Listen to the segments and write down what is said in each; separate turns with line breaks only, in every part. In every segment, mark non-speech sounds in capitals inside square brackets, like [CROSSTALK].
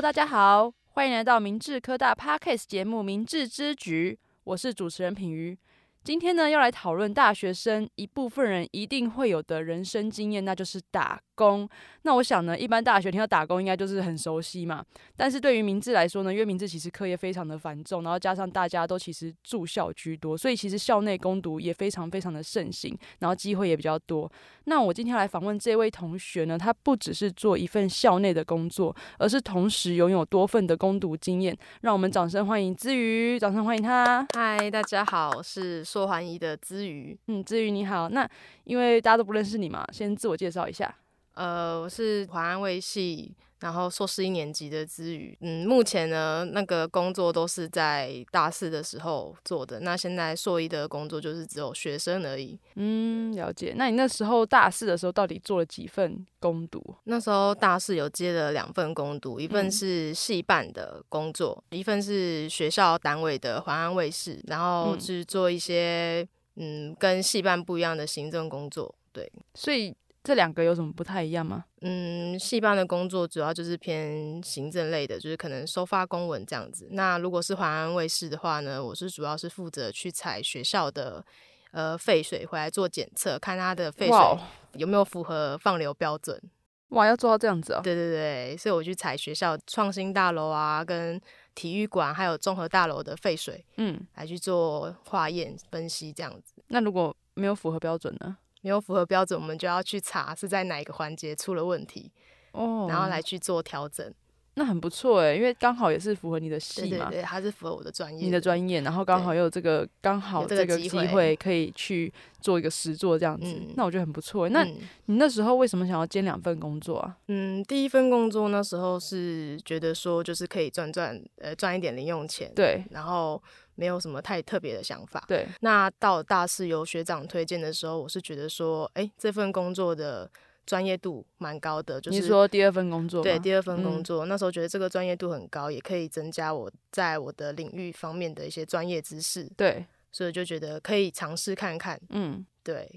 大家好，欢迎来到明治科大 Podcast 节目《明治之局》，我是主持人品瑜。今天呢，要来讨论大学生一部分人一定会有的人生经验，那就是打工。那我想呢，一般大学听到打工应该就是很熟悉嘛。但是对于明治来说呢，因为明治其实课业非常的繁重，然后加上大家都其实住校居多，所以其实校内攻读也非常非常的盛行，然后机会也比较多。那我今天来访问这位同学呢，他不只是做一份校内的工作，而是同时拥有多份的攻读经验。让我们掌声欢迎之余，掌声欢迎他。
嗨，大家好，我是硕环一的资瑜，
嗯，之余你好。那因为大家都不认识你嘛，先自我介绍一下。
呃，我是华安卫系，然后硕士一年级的资瑜。嗯，目前呢，那个工作都是在大四的时候做的，那现在硕一的工作就是只有学生而已。
嗯，了解。那你那时候大四的时候，到底做了几份攻读？
那时候大四有接了两份攻读，一份
嗯
是系办的工作，一份是学校单位的环安卫士，然后
嗯
是做一些嗯跟系办不一样的行政工作。对，
所以这两个有什么不太一样吗？
嗯，戏班的工作主要就是偏行政类的，就是可能收发公文这样子。那如果是华安卫视的话呢，我是主要是负责去采学校的呃废水回来做检测，看它的废水
哇哦
有没有符合放流标准。
哇，要做到这样子哦。
对对对，所以我去采学校创新大楼啊、跟体育馆还有综合大楼的废水
嗯，
来去做化验分析这样子。
那如果没有符合标准呢？
没有符合标准，我们就要去查是在哪一个环节出了问题，
哦，
然后来去做调整。
那很不错诶，因为刚好也是符合你的
对
戏
对
嘛，
对，它是符合我的专业。
你的专业，然后刚好又有这个刚好
有这个
个
机
机
会
会可以去做一个实作这样子，
嗯
那我觉得很不错诶。欸那
嗯
你那时候为什么想要兼两份工作啊？
嗯，第一份工作那时候是觉得说就是可以赚赚呃赚一点零用钱，，
对
然后没有什么太特别的想法。
对，
那到大四由学长推荐的时候，我是觉得说，哎、这份工作的专业度蛮高的，就是
你说第二份工作吗
对第二份工
嗯
作，那时候觉得这个专业度很高，也可以增加我在我的领域方面的一些专业知识，
对，
所以就觉得可以尝试看看。
嗯。
对，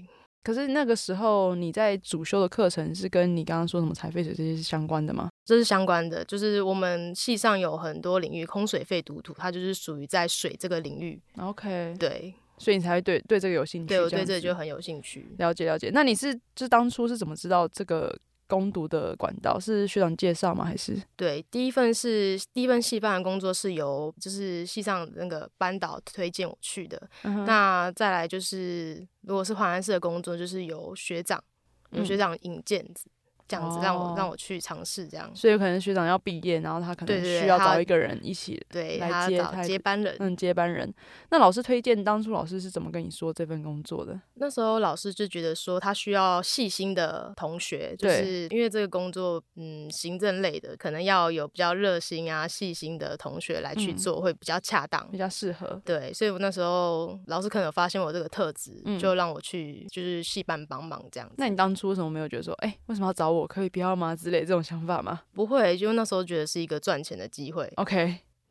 可是那个时候你在主修的课程是跟你刚刚说什么采废水这些是相关的吗？
这是相关的，就是我们系上有很多领域，空水肺毒土，它就是属于在水这个领域。
OK，
对，
所以你才会对对这个有兴趣。
对我对
样
这个
子
就很有兴趣。
了解了解。那你是就当初是怎么知道这个攻读的管道？是学长介绍吗？还是
对，第一份是第一份系办的工作是由就是系上那个班导推荐我去的。
那
那再来就是，如果是华安社的工作，就是由学长由学长引荐子，这样子让我、
嗯哦
让我去尝试这样。
所以有可能学长要毕业，然后他可
对
能
对对
需要
他
找一个人一起
对，
来
他
接
找
他
接班人。
嗯接班人。那老师推荐当初老师是怎么跟你说这份工作的？
那时候老师就觉得说，他需要细心的同学，就
对
是因为这个工作，嗯，行政类的，可能要有比较热心啊、细心的同学来去
嗯
做，会比较恰当
比。较适合。
对，所以我那时候老师可能有发现我这个特质，
嗯
就让我去就是戏班帮忙这样子。
那你当初为什么没有觉得说，哎、为什么要找我？可以不要吗？之类这种想法吗
不会，就那时候觉得是一个赚钱的机会，
？OK，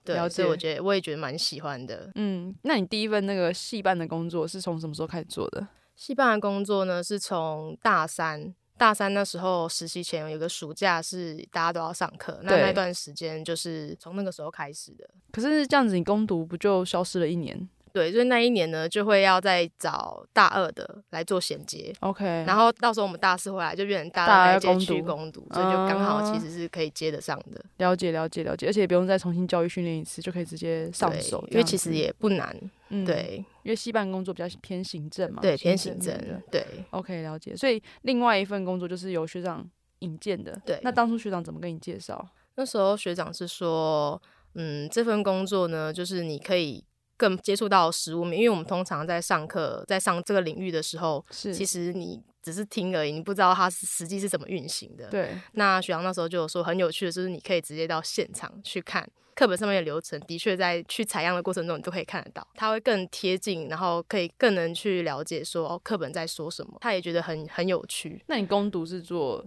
了哦
对，所以
解
我觉得我也觉得蛮喜欢的。
嗯，那你第一份那个戏办的工作是从什么时候开始做的？
戏班的工作呢，是从大三。大三那时候实习前有个暑假是大家都要上课，那
对
那段时间就是从那个时候开始的。
可是这样子，你攻读不就消失了一年
对，所以那一年呢，就会要再找大二的来做衔接，
？OK，
然后到时候我们大四回来就变成大
大
二
二
来接
攻
去
读
攻读，所以就刚好
啊
其实是可以接得上的。
了解了解了解，而且也不用再重新教育训练一次，就可以直接上
对
手这样子。
因为其实也不难，
嗯，
对
因为戏办工作比较偏行政嘛，
对，偏行
面
政
的，
对。
OK，了解。所以另外一份工作就是由学长引荐的。
对
那当初学长怎么跟你介绍？
那时候学长是说，嗯，这份工作呢，就是你可以更接触到实物面，因为我们通常在上课、在上这个领域的时候，
是，
其实你只是听而已，你不知道它是实际是怎么运行的。
对，
那学长那时候就有说，很有趣的就是你可以直接到现场去看。课本上面的流程的确在去采样的过程中，你都可以看得到，它会更贴近，然后可以更能去了解说哦，课本在说什么。他也觉得很很有趣。
那你攻读是做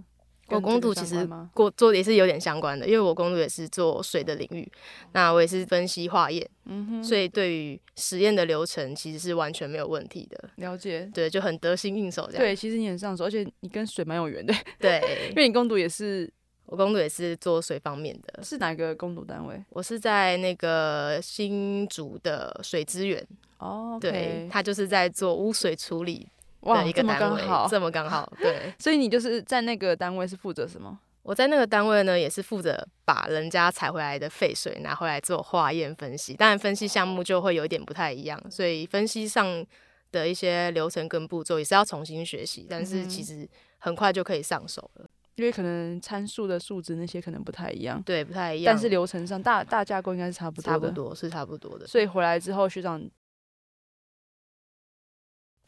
跟
我工
这个
读其
相关
实
吗？
过做的也是有点相关的，因为我工读也是做水的领域，那我也是分析化验，
嗯哼，
所以对于实验的流程其实是完全没有问题的。
了解。
对，就很得心应手这样。 [LAUGHS]
对，其实你很上手，而且你跟水蛮有缘的，
对
因为你攻读也是
我工作也是做水方面的，
是哪个工读单位？
我是在那个新竹的水资源，
哦，OK，
对，它就是在做污水处理
哇，
的一个
这么
单
刚
位，
好。
这么刚好，对。
所以你就是在那个单位是负责什么？
我在那个单位呢，也是负责把人家采回来的废水拿回来做化验分析，当然分析项目就会有一点不太一样，所以分析上的一些流程跟步骤也是要重新学习，但
嗯
是
哼
其实很快就可以上手了。
因为可能参数的数值那些可能不太一样，
对，不太一样，
但是流程上大大架构应该是差不多
差
的。
不多是差不多的。
所以回来之后，学长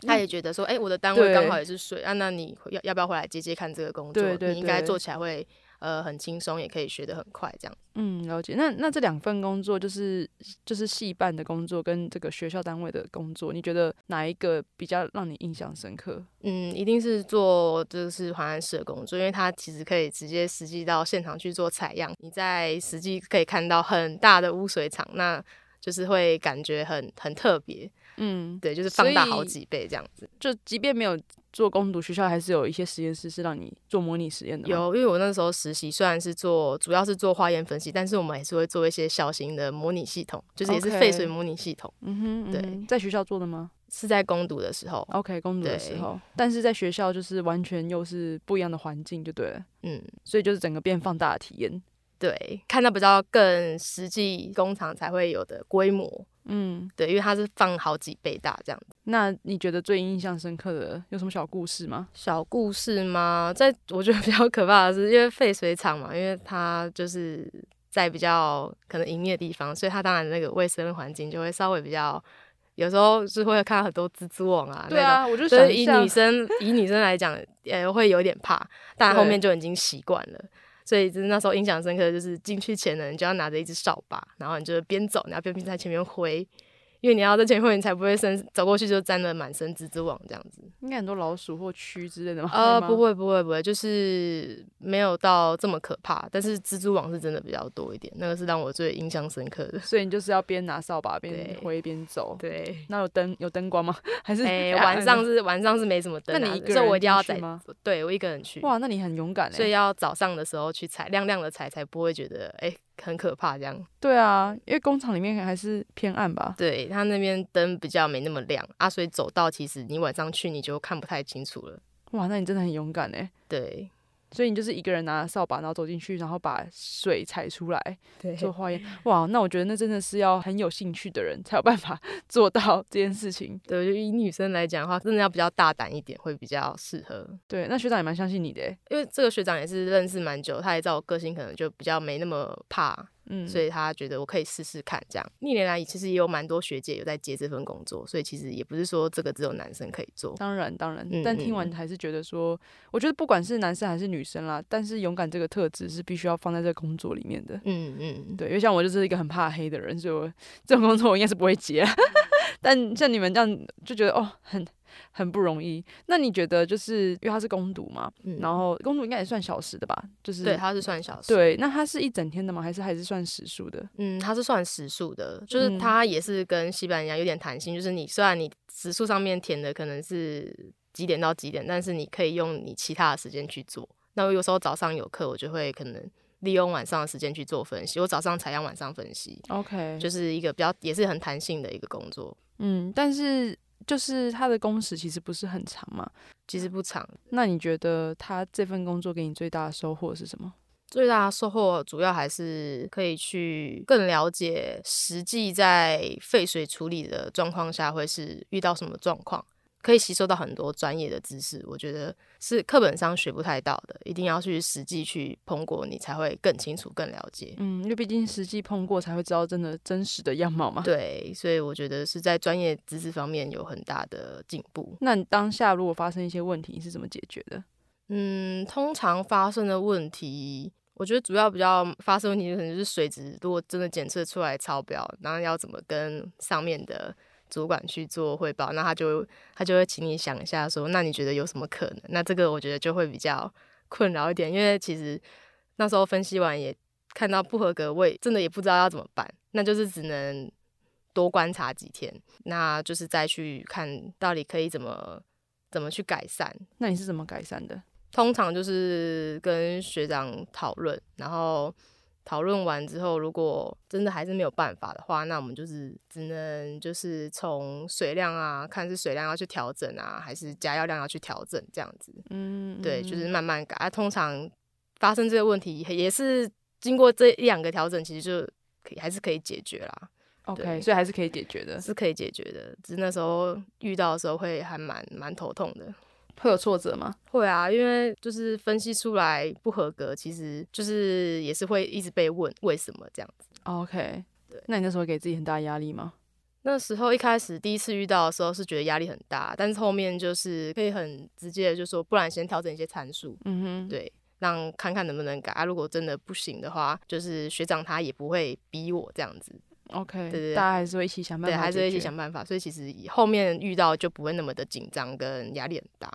他也觉得说，哎、我的单位
对
刚好也是水啊，那你要要不要回来接接看这个工作？
对对
你应该
对
做起来会呃很轻松，也可以学得很快这样。
嗯了解。那那这两份工作就是就是系办的工作跟这个学校单位的工作，你觉得哪一个比较让你印象深刻？
嗯，一定是做就是淮安市的工作，因为它其实可以直接实际到现场去做采样，你在实际可以看到很大的污水厂，那就是会感觉很很特别，
嗯，
对，就是
所
放大好
以
几倍这样子。
就即便没有做攻读，学校还是有一些实验室是让你做模拟实验的吗。
有，因为我那时候实习虽然是做主要是做化验分析，但是我们也是会做一些小型的模拟系统，就是也是
OK
废水模拟系统
嗯哼，
对
嗯哼在学校做的吗
是在攻读的时候，
？OK，攻读的
对
时候，但是在学校就是完全又是不一样的环境，就对了，
嗯，
所以就是整个变放大的体验。
对，看到比较更实际工厂才会有的规模，
嗯，
对，因为它是放好几倍大这样。
那你觉得最印象深刻的有什么小故事吗？
小故事吗？在我觉得比较可怕的是，因为废水厂嘛，因为它就是在比较可能隐秘的地方，所以它当然那个卫生环境就会稍微比较，有时候是会看到很多蜘蛛网啊，
对啊，我就
那种。所
想
以以
象
女生以女生来讲，呃，会有点怕，但后面就已经习惯了。所以就是那时候印象深刻，就是进去前呢，你就要拿着一只扫把，然后你就是边走，你要边边在前面挥，因为你要在前面挥，你才不会身走过去就沾了满身蜘蛛网这样子。
应该很多老鼠或蛆之类的吗？
呃，
哦会吗
不，会不会不会，就是没有到这么可怕，但是蜘蛛网是真的比较多一点，那个是让我最印象深刻的。 [LAUGHS]
所以你就是要边拿扫把边
对
挥边走。
对，
那有灯有灯光吗？ [LAUGHS] 还是
哎、
暗暗
晚
的
上是晚上是没什么灯、
嗯那
啊，
你一个
所以
人
我一定要
进
在
去，吗？
对我一个人去，
哇，那你很勇敢哎。
所以要早上的时候去踩，亮亮的踩才不会觉得哎、很可怕这样。
对啊，因为工厂里面还是偏暗吧。
对，它那边灯比较没那么亮啊，所以走道其实你晚上去你就看不太清楚了。
哇，那你真的很勇敢哎。
对，
所以你就是一个人拿着扫把，然后走进去，然后把水踩出来
对
做化验。哇，那我觉得那真的是要很有兴趣的人才有办法 [LAUGHS] 做到这件事情。
对，就以女生来讲的话，真的要比较大胆一点，会比较适合。
对，那学长也蛮相信你的欸。
因为这个学长也是认识蛮久，他也知道我个性可能就比较没那么怕，
嗯，
所以他觉得我可以试试看这样。历年来其实也有蛮多学姐有在接这份工作，所以其实也不是说这个只有男生可以做。
当然，当然，
嗯
但
嗯
听完
嗯
还是觉得说，我觉得不管是男生还是女生啦，但是勇敢这个特质是必须要放在这个工作里面的。
嗯嗯，
对，因为像我就是一个很怕黑的人，所以我这种工作我应该是不会接啦。
嗯
[LAUGHS] 但像你们这样就觉得哦，很很不容易。那你觉得就是因为他是攻读嘛，
嗯
然后攻读应该也算小时的吧？就是
对，他是算小时，，
对那他是一整天的吗？还是还是算时数的？
嗯，他是算时数的，就是
嗯
他也是跟西班牙有点弹性，就是你虽然你时数上面填的可能是几点到几点，但是你可以用你其他的时间去做。那我有时候早上有课，我就会可能利用晚上的时间去做分析，我早上采样，晚上分析。
OK，
就是一个比较也是很弹性的一个工作，
嗯，但是就是他的工时其实不是很长嘛，
其实不长。
那你觉得他这份工作给你最大的收获是什么？
最大的收获主要还是可以去更了解实际在废水处理的状况下会是遇到什么状况，可以吸收到很多专业的知识。我觉得是课本上学不太到的，一定要去实际去碰过，你才会更清楚、更了解。
嗯，因为毕竟实际碰过才会知道真的真实的样貌嘛。。
对，所以我觉得是在专业知识方面有很大的进步。
那你当下如果发生一些问题，你是怎么解决的？
嗯，通常发生的问题，我觉得主要比较发生问题，可能就是水质，如果真的检测出来超标，然后要怎么跟上面的主管去做汇报，那他就他就会请你想一下说，那你觉得有什么可能？那这个我觉得就会比较 [LAUGHS] 困扰一点，因为其实那时候分析完也看到不合格，我也真的也不知道要怎么办，那就是只能多观察几天，那就是再去看到底可以怎么怎么去改善。
那你是怎么改善的？
通常就是跟学长讨论，然后讨论完之后，如果真的还是没有办法的话，那我们就是只能就是从水量啊，看是水量要去调整啊，还是加药量要去调整这样子。
嗯，
对，就是慢慢改。啊、通常发生这个问题也是经过这一两个调整，其实就可以还是可以解决啦，
嗯 OK，
对
所以还是可以解决的，
是可以解决的。只是那时候遇到的时候会还蛮蛮头痛的。
会有挫折吗？
会啊，因为就是分析出来不合格，其实就是也是会一直被问为什么这样子。
OK，
对
那你那时候给自己很大压力吗？
那时候一开始第一次遇到的时候是觉得压力很大，但是后面就是可以很直接的就说，不然先调整一些参数，
嗯哼，，
对，让看看能不能改。啊，如果真的不行的话，就是学长他也不会逼我这样子，
OK，
对对对
大家还是会一起想办
对，
法，
还是会一起想。办法。所以其实以后面遇到就不会那么的紧张跟压力很大。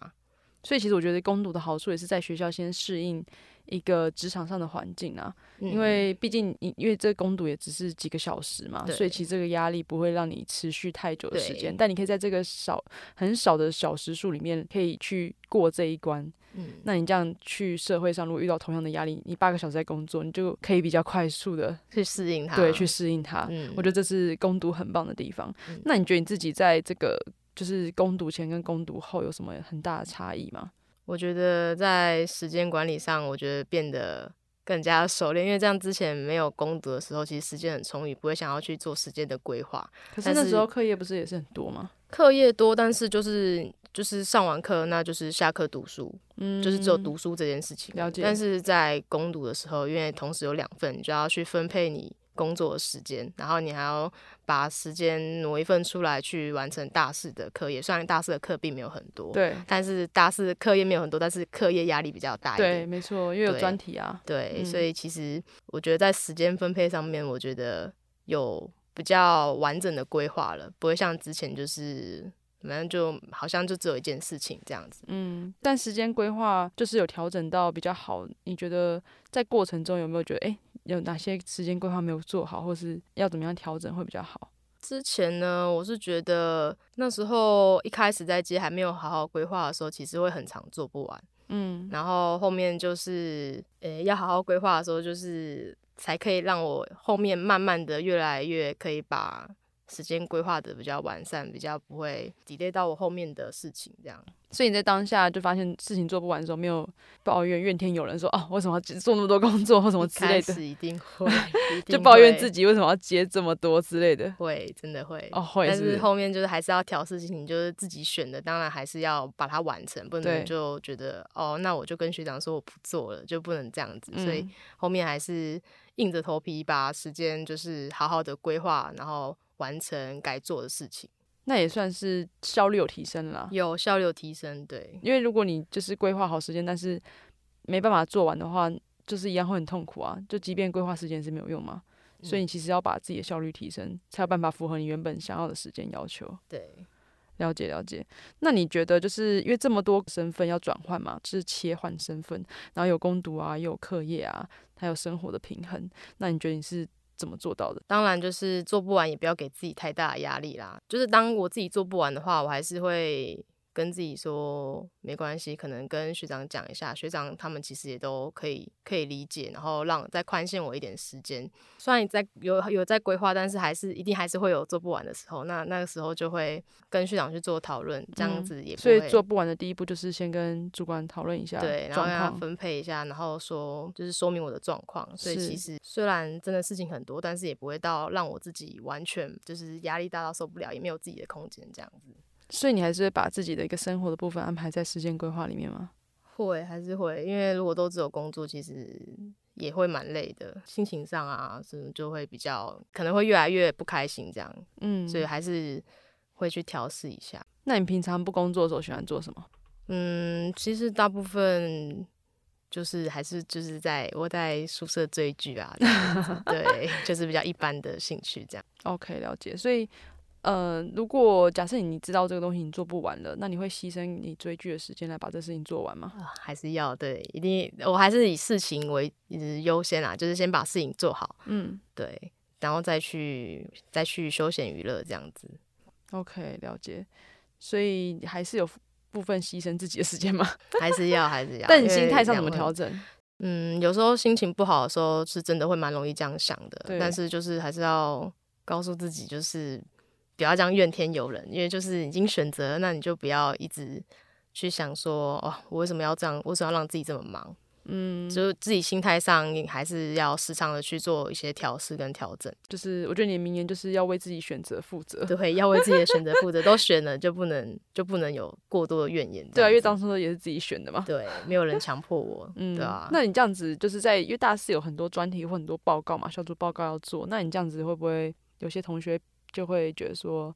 所以其实我觉得攻读的好处也是在学校先适应一个职场上的环境啊，
嗯
因为毕竟你因为这攻读也只是几个小时嘛，
对
所以其实这个压力不会让你持续太久的时间，
对
但你可以在这个少很少的小时数里面可以去过这一关。
嗯，
那你这样去社会上，如果遇到同样的压力，你八个小时在工作，你就可以比较快速的
去适应它，
对去适应它。
嗯，
我觉得这是攻读很棒的地方。
嗯
那你觉得你自己在这个就是攻读前跟攻读后有什么很大的差异吗？
我觉得在时间管理上，我觉得变得更加熟练，因为这样之前没有攻读的时候，其实时间很充裕，不会想要去做时间的规划。
可是
但
那
是
时候课业不是也是很多吗？
课业多，但是就是就是上完课，那就是下课读书，
嗯
就是只有读书这件事情。
了解
但是在攻读的时候，因为同时有两份，你就要去分配你工作的时间，然后你还要把时间挪一份出来去完成大四的课业。虽然大四的课并没有很多，，
对
但是大四的课业没有很多，但是课业压力比较大一点
对，。没错，因为有
对
专题啊。
对，
嗯
所以其实我觉得在时间分配上面，我觉得有比较完整的规划了，不会像之前就是反正就好像就只有一件事情这样子。
嗯，但时间规划就是有调整到比较好。你觉得在过程中有没有觉得，哎、有哪些时间规划没有做好，或是要怎么样调整会比较好？
之前呢，我是觉得那时候一开始在接还没有好好规划的时候，其实会很常做不完。
嗯，
然后后面就是，呃、要好好规划的时候，就是才可以让我后面慢慢的越来越可以把时间规划的比较完善，比较不会 delay 到我后面的事情这样。
所以你在当下就发现事情做不完的时候，没有抱怨怨天尤人说，哦，为什么要做那么多工作或什么之类
开
的，
始一定会，一定
就抱怨
会
自己为什么要接这么多之类的。
会，真的会。
哦，会
但
是不
是
是
后面就是还是要调事情，就是自己选的，当然还是要把它完成，不
对
能就觉得哦，那我就跟学长说我不做了，就不能这样子。所以
嗯
后面还是硬着头皮把时间就是好好的规划，然后完成该做的事情，
那也算是效率有提升了啦。
有效率有提升。对，
因为如果你就是规划好时间，但是没办法做完的话，就是一样会很痛苦啊。就即便规划时间是没有用嘛，所以你
嗯
其实要把自己的效率提升，才有办法符合你原本想要的时间要求。
对，
了解了解，那你觉得就是因为这么多身份要转换嘛，就是切换身份，然后有攻读啊，又有课业啊，还有生活的平衡，那你觉得你是怎么做到的？
当然就是做不完也不要给自己太大的压力啦。就是当我自己做不完的话，我还是会跟自己说没关系，可能跟学长讲一下，学长他们其实也都可以可以理解，然后让再宽限我一点时间。虽然你在有有在规划，但是还是一定还是会有做不完的时候。那那个时候就会跟学长去做讨论，这样
嗯
子也不
所
会、
以做不完的第一步就是先跟主管讨论一下
对，然后
状
让他
况。
分配一下，然后说就是说明我的状况。所以
是
其实虽然真的事情很多，但是也不会到让我自己完全就是压力大到受不了，也没有自己的空间这样子。
所以你还是会把自己的一个生活的部分安排在时间规划里面吗？
会还是会，因为如果都只有工作，其实也会蛮累的，心情上啊，什么就会比较可能会越来越不开心这样，
嗯，
所以还是会去调试一下。
那你平常不工作的时候喜欢做什么？
嗯，其实大部分。就是还是就是在我在宿舍追剧啊，这样子对， [LAUGHS] 就是比较一般的兴趣这样。
OK，了解。所以，呃，如果假设你知道这个东西你做不完了，那你会牺牲你追剧的时间来把这事情做完吗？
啊还是要对，一定我还是以事情为呃优先啊，就是先把事情做好，
嗯
对，然后再去再去休闲娱乐这样子。
，OK，了解。所以还是有部分牺牲自己的时间吗？
还是要还是要。
[LAUGHS] 但你
因为
心态上怎
两
么
位
调整？
嗯，有时候心情不好的时候，是真的会蛮容易这样想的。
对
但是就是还是要告诉自己，就是不要这样怨天尤人，因为就是已经选择了，那你就不要一直去想说，哦，我为什么要这样？我为什么要让自己这么忙？
嗯，
就是自己心态上，你还是要时常的去做一些调试跟调整。
就是我觉得你的名言就是要为自己选择负责。
对，要为自己的选择负责。都选了，就不能就不能有过多的怨言。
对啊，因为
这样
当
子
初也是自己选的嘛。
对没有人强迫我，
嗯，
对啊。
那你这样子就是在因为大四有很多专题或很多报告嘛，小组报告要做，那你这样子会不会有些同学就会觉得说，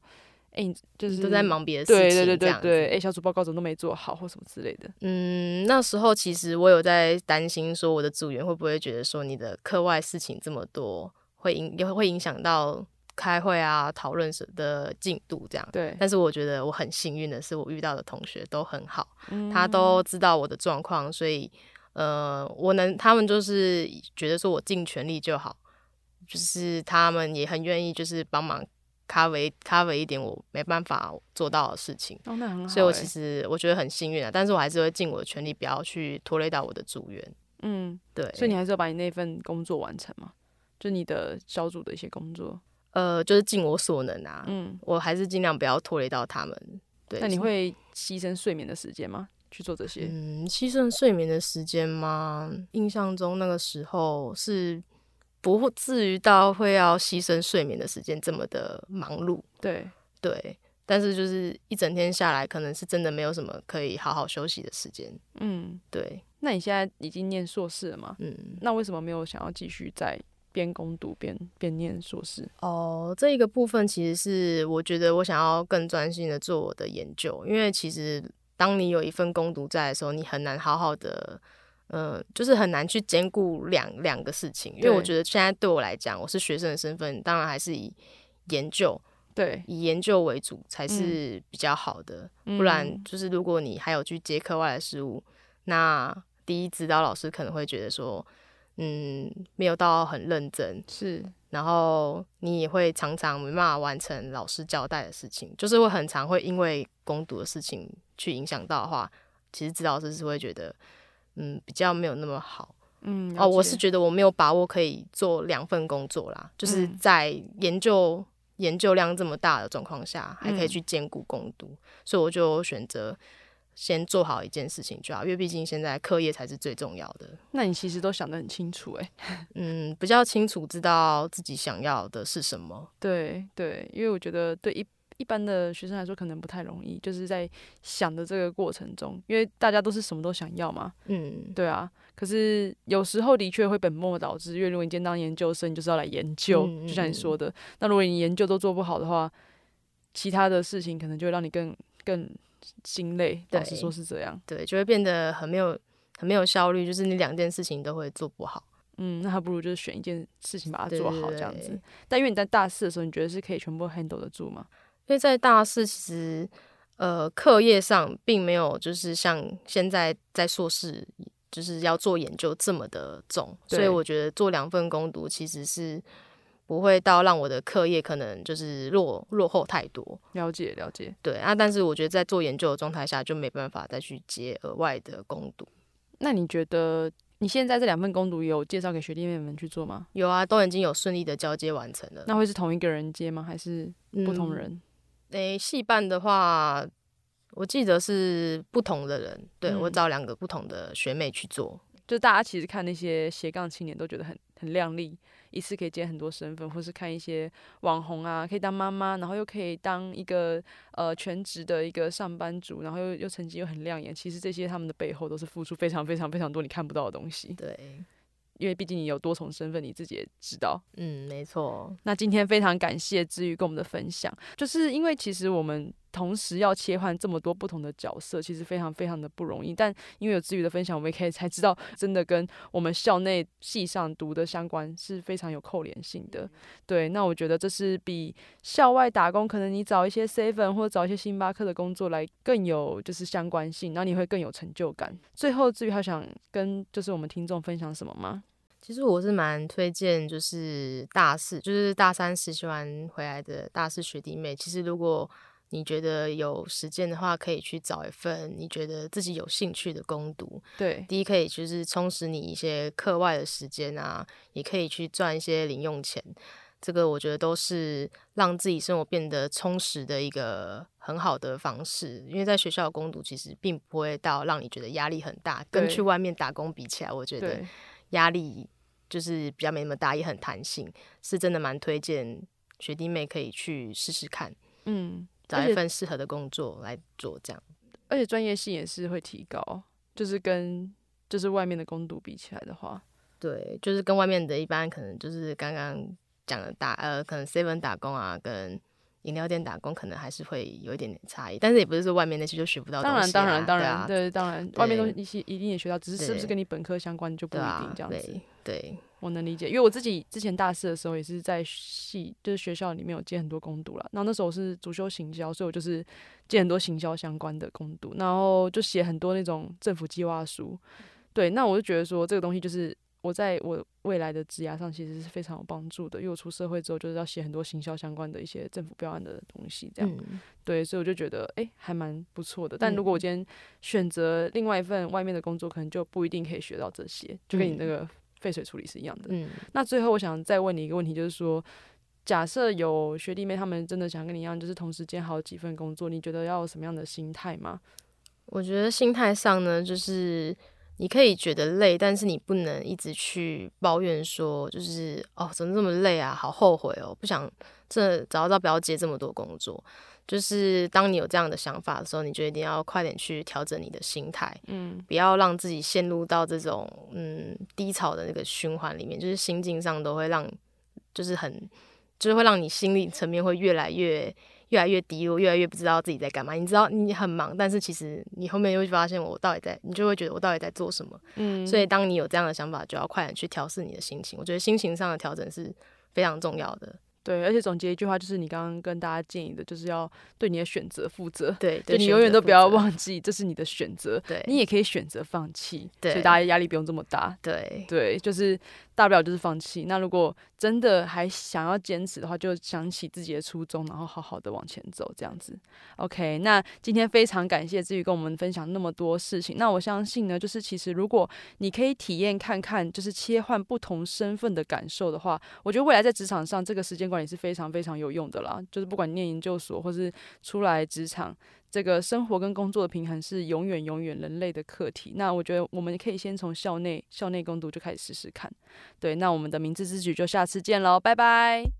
哎、你就是
都在忙别的事情，
对对对
这
对
样子
对，哎、小组报告怎么都没做好或什么之类的。
嗯，那时候其实我有在担心，说我的组员会不会觉得说你的课外事情这么多，会影也会影响到开会啊、讨论时的进度这样。
对，
但是我觉得我很幸运的是，我遇到的同学都很好，他
嗯
都知道我的状况，所以呃，我能他们就是觉得说我尽全力就好，就是他们也很愿意就是帮忙 cover cover 一点我没办法做到的事情。
哦，那很好欸、
所以我其实我觉得很幸运啊，但是我还是会尽我的全力，不要去拖累到我的组员。
嗯，
对，
所以你还是要把你那份工作完成嘛，就你的小组的一些工作。
呃，就是尽我所能啊，
嗯，
我还是尽量不要拖累到他们。对，
那你会牺牲睡眠的时间吗？去做这些？
嗯牺牲睡眠的时间吗？印象中那个时候是不会至于到会要牺牲睡眠的时间这么的忙碌。
对，
对，但是就是一整天下来，可能是真的没有什么可以好好休息的时间。
嗯，
对，
那你现在已经念硕士了嘛？
嗯。
那为什么没有想要继续在边攻读边边念硕士？
哦，这一个部分其实是我觉得我想要更专心的做我的研究，因为其实当你有一份攻读在的时候，你很难好好的，呃，就是很难去兼顾两两个事情。因为我
对
觉得现在对我来讲，我是学生的身份，当然还是以研究
对，
以研究为主才是比较好的。不然
嗯
就是如果你还有去接课外的事物，那第一指导老师可能会觉得说，嗯，没有到很认真。
是
然后你也会常常没办法完成老师交代的事情，就是会很常会因为攻读的事情去影响到的话，其实指导老师是会觉得，嗯，比较没有那么好。
嗯
哦，我是
觉
觉得我没有把握可以做两份工作啦，就是
嗯
在研究研究量这么大的状况下，还可以
嗯
去兼顾攻读，所以我就选择先做好一件事情就好，因为毕竟现在课业才是最重要的。
那你其实都想得很清楚哎、
嗯，比较清楚知道自己想要的是什么。
对对，因为我觉得对一一般的学生来说可能不太容易，就是在想的这个过程中，因为大家都是什么都想要嘛，
嗯，
对啊。可是有时候的确会本末倒置，因为如果你今天当研究生，你就是要来研究，
嗯
就像
嗯
你说的，那如果你研究都做不好的话，其他的事情可能就会让你更更心累。老实
对
说是这样，
对，就会变得很没有很没有效率，就是你两件事情都会做不好。
嗯，那还不如就是选一件事情把它
对
做
对
好这样子
对。
但因为你在大四的时候，你觉得是可以全部 handle 得住吗？
因为在大四其实呃课业上并没有就是像现在在硕士就是要做研究这么的重，
对
所以我觉得做两份攻读其实是不会到让我的课业可能就是落落后太多。
了解了解，
对啊，但是我觉得在做研究的状态下就没办法再去接额外的攻读。
那你觉得你现在这两份攻读有介绍给学弟妹们去做吗？
有啊，都已经有顺利的交接完成了。
那会是同一个人接吗？还是不同
嗯
人？
诶，戏办的话，我记得是不同的人，对、我
嗯
找两个不同的学妹去做。
就大家其实看那些斜杠青年都觉得很很靓丽，一次可以接很多身份，或是看一些网红啊，可以当妈妈，然后又可以当一个呃全职的一个上班族，然后又又成绩又很亮眼。其实这些他们的背后都是付出非常非常非常多你看不到的东西，
对，
因为毕竟你有多重身份，你自己也知道。
嗯，没错，
那今天非常感谢之余跟我们的分享，就是因为其实我们同时要切换这么多不同的角色，其实非常非常的不容易。但因为有之余的分享，我们也可以才知道，真的跟我们校内系上读的相关是非常有扣连性的。对，那我觉得这是比校外打工，可能你找一些 seven 或者找一些星巴克的工作来更有就是相关性，然后你会更有成就感。最后，至于还想跟就是我们听众分享什么吗？
其实我是蛮推荐，就是大四，就是大三实习完回来的大四学弟妹，其实如果你觉得有时间的话，可以去找一份你觉得自己有兴趣的攻读。
对，
第一，可以就是充实你一些课外的时间啊，也可以去赚一些零用钱。这个我觉得都是让自己生活变得充实的一个很好的方式，因为在学校的攻读其实并不会到让你觉得压力很大，跟
对
去外面打工比起来，我觉得
对，
压力就是比较没那么大，也很弹性，是真的蛮推荐学弟妹可以去试试看，
嗯，
找
而
一
且
份适合的工作来做。这样
而且专业性也是会提高，就是跟就是外面的攻读比起来的话，
对，就是跟外面的一般可能就是刚刚讲的打呃，可能 seven 打工啊，跟饮料店打工可能还是会有一点点差异，但是也不是说外面那些就学不到东
当
西、
然当
啊。
然当
对
然，
啊，
对，当然外面东
对
西一些一定也学到，只是是不是
对
跟你本科相关就不一
对
定
啊，
这样子。
对对
我能理解，因为我自己之前大四的时候也是在系，就是学校里面有接很多攻读啦。然后那时候我是主修行销，所以我就是接很多行销相关的攻读，然后就写很多那种政府计划书。对，那我就觉得说这个东西就是我在我未来的职涯上其实是非常有帮助的，因为我出社会之后就是要写很多行销相关的一些政府标案的东西，这样。
嗯
对，所以我就觉得诶还蛮不错的。但如果我
嗯
今天选择另外一份外面的工作，可能就不一定可以学到这些，就跟你那
嗯
个废水处理是一样的。
嗯
那最后我想再问你一个问题，就是说，假设有学弟妹他们真的想跟你一样，就是同时兼好几份工作，你觉得要有什么样的心态吗？
我觉得心态上呢，就是你可以觉得累，但是你不能一直去抱怨说，就是哦，怎么这么累啊，好后悔哦，不想这早知道不要接这么多工作。就是当你有这样的想法的时候，你就一定要快点去调整你的心态，
嗯，
不要让自己陷入到这种嗯低潮的那个循环里面，就是心境上都会让，就是很，就是会让你心理层面会越来越越来越低落，越来越不知道自己在干嘛。你知道你很忙，但是其实你后面又会发现我到底在，你就会觉得我到底在做什么。
嗯
所以当你有这样的想法，就要快点去调试你的心情。我觉得心情上的调整是非常重要的。
对，而且总结一句话，就是你刚刚跟大家建议的，就是要对你的选择负责，
对，
就
对
你
选
永远
择
都
负
不要
责。
忘记这是你的选择，
对，
你也可以选择放弃，所以
对
大家压力不用这么大。
对
对，就是大不了就是放弃。那如果真的还想要坚持的话，就想起自己的初衷，然后好好的往前走，这样子。OK，那今天非常感谢志宇跟我们分享那么多事情。那我相信呢，就是其实如果你可以体验看看，就是切换不同身份的感受的话，我觉得未来在职场上这个时间管理是非常非常有用的啦。就是不管你念研究所或是出来职场，这个生活跟工作的平衡是永远永远人类的课题。那我觉得我们可以先从校内校内攻读就开始试试看。对，那我们的明智之举就下次见喽，拜拜。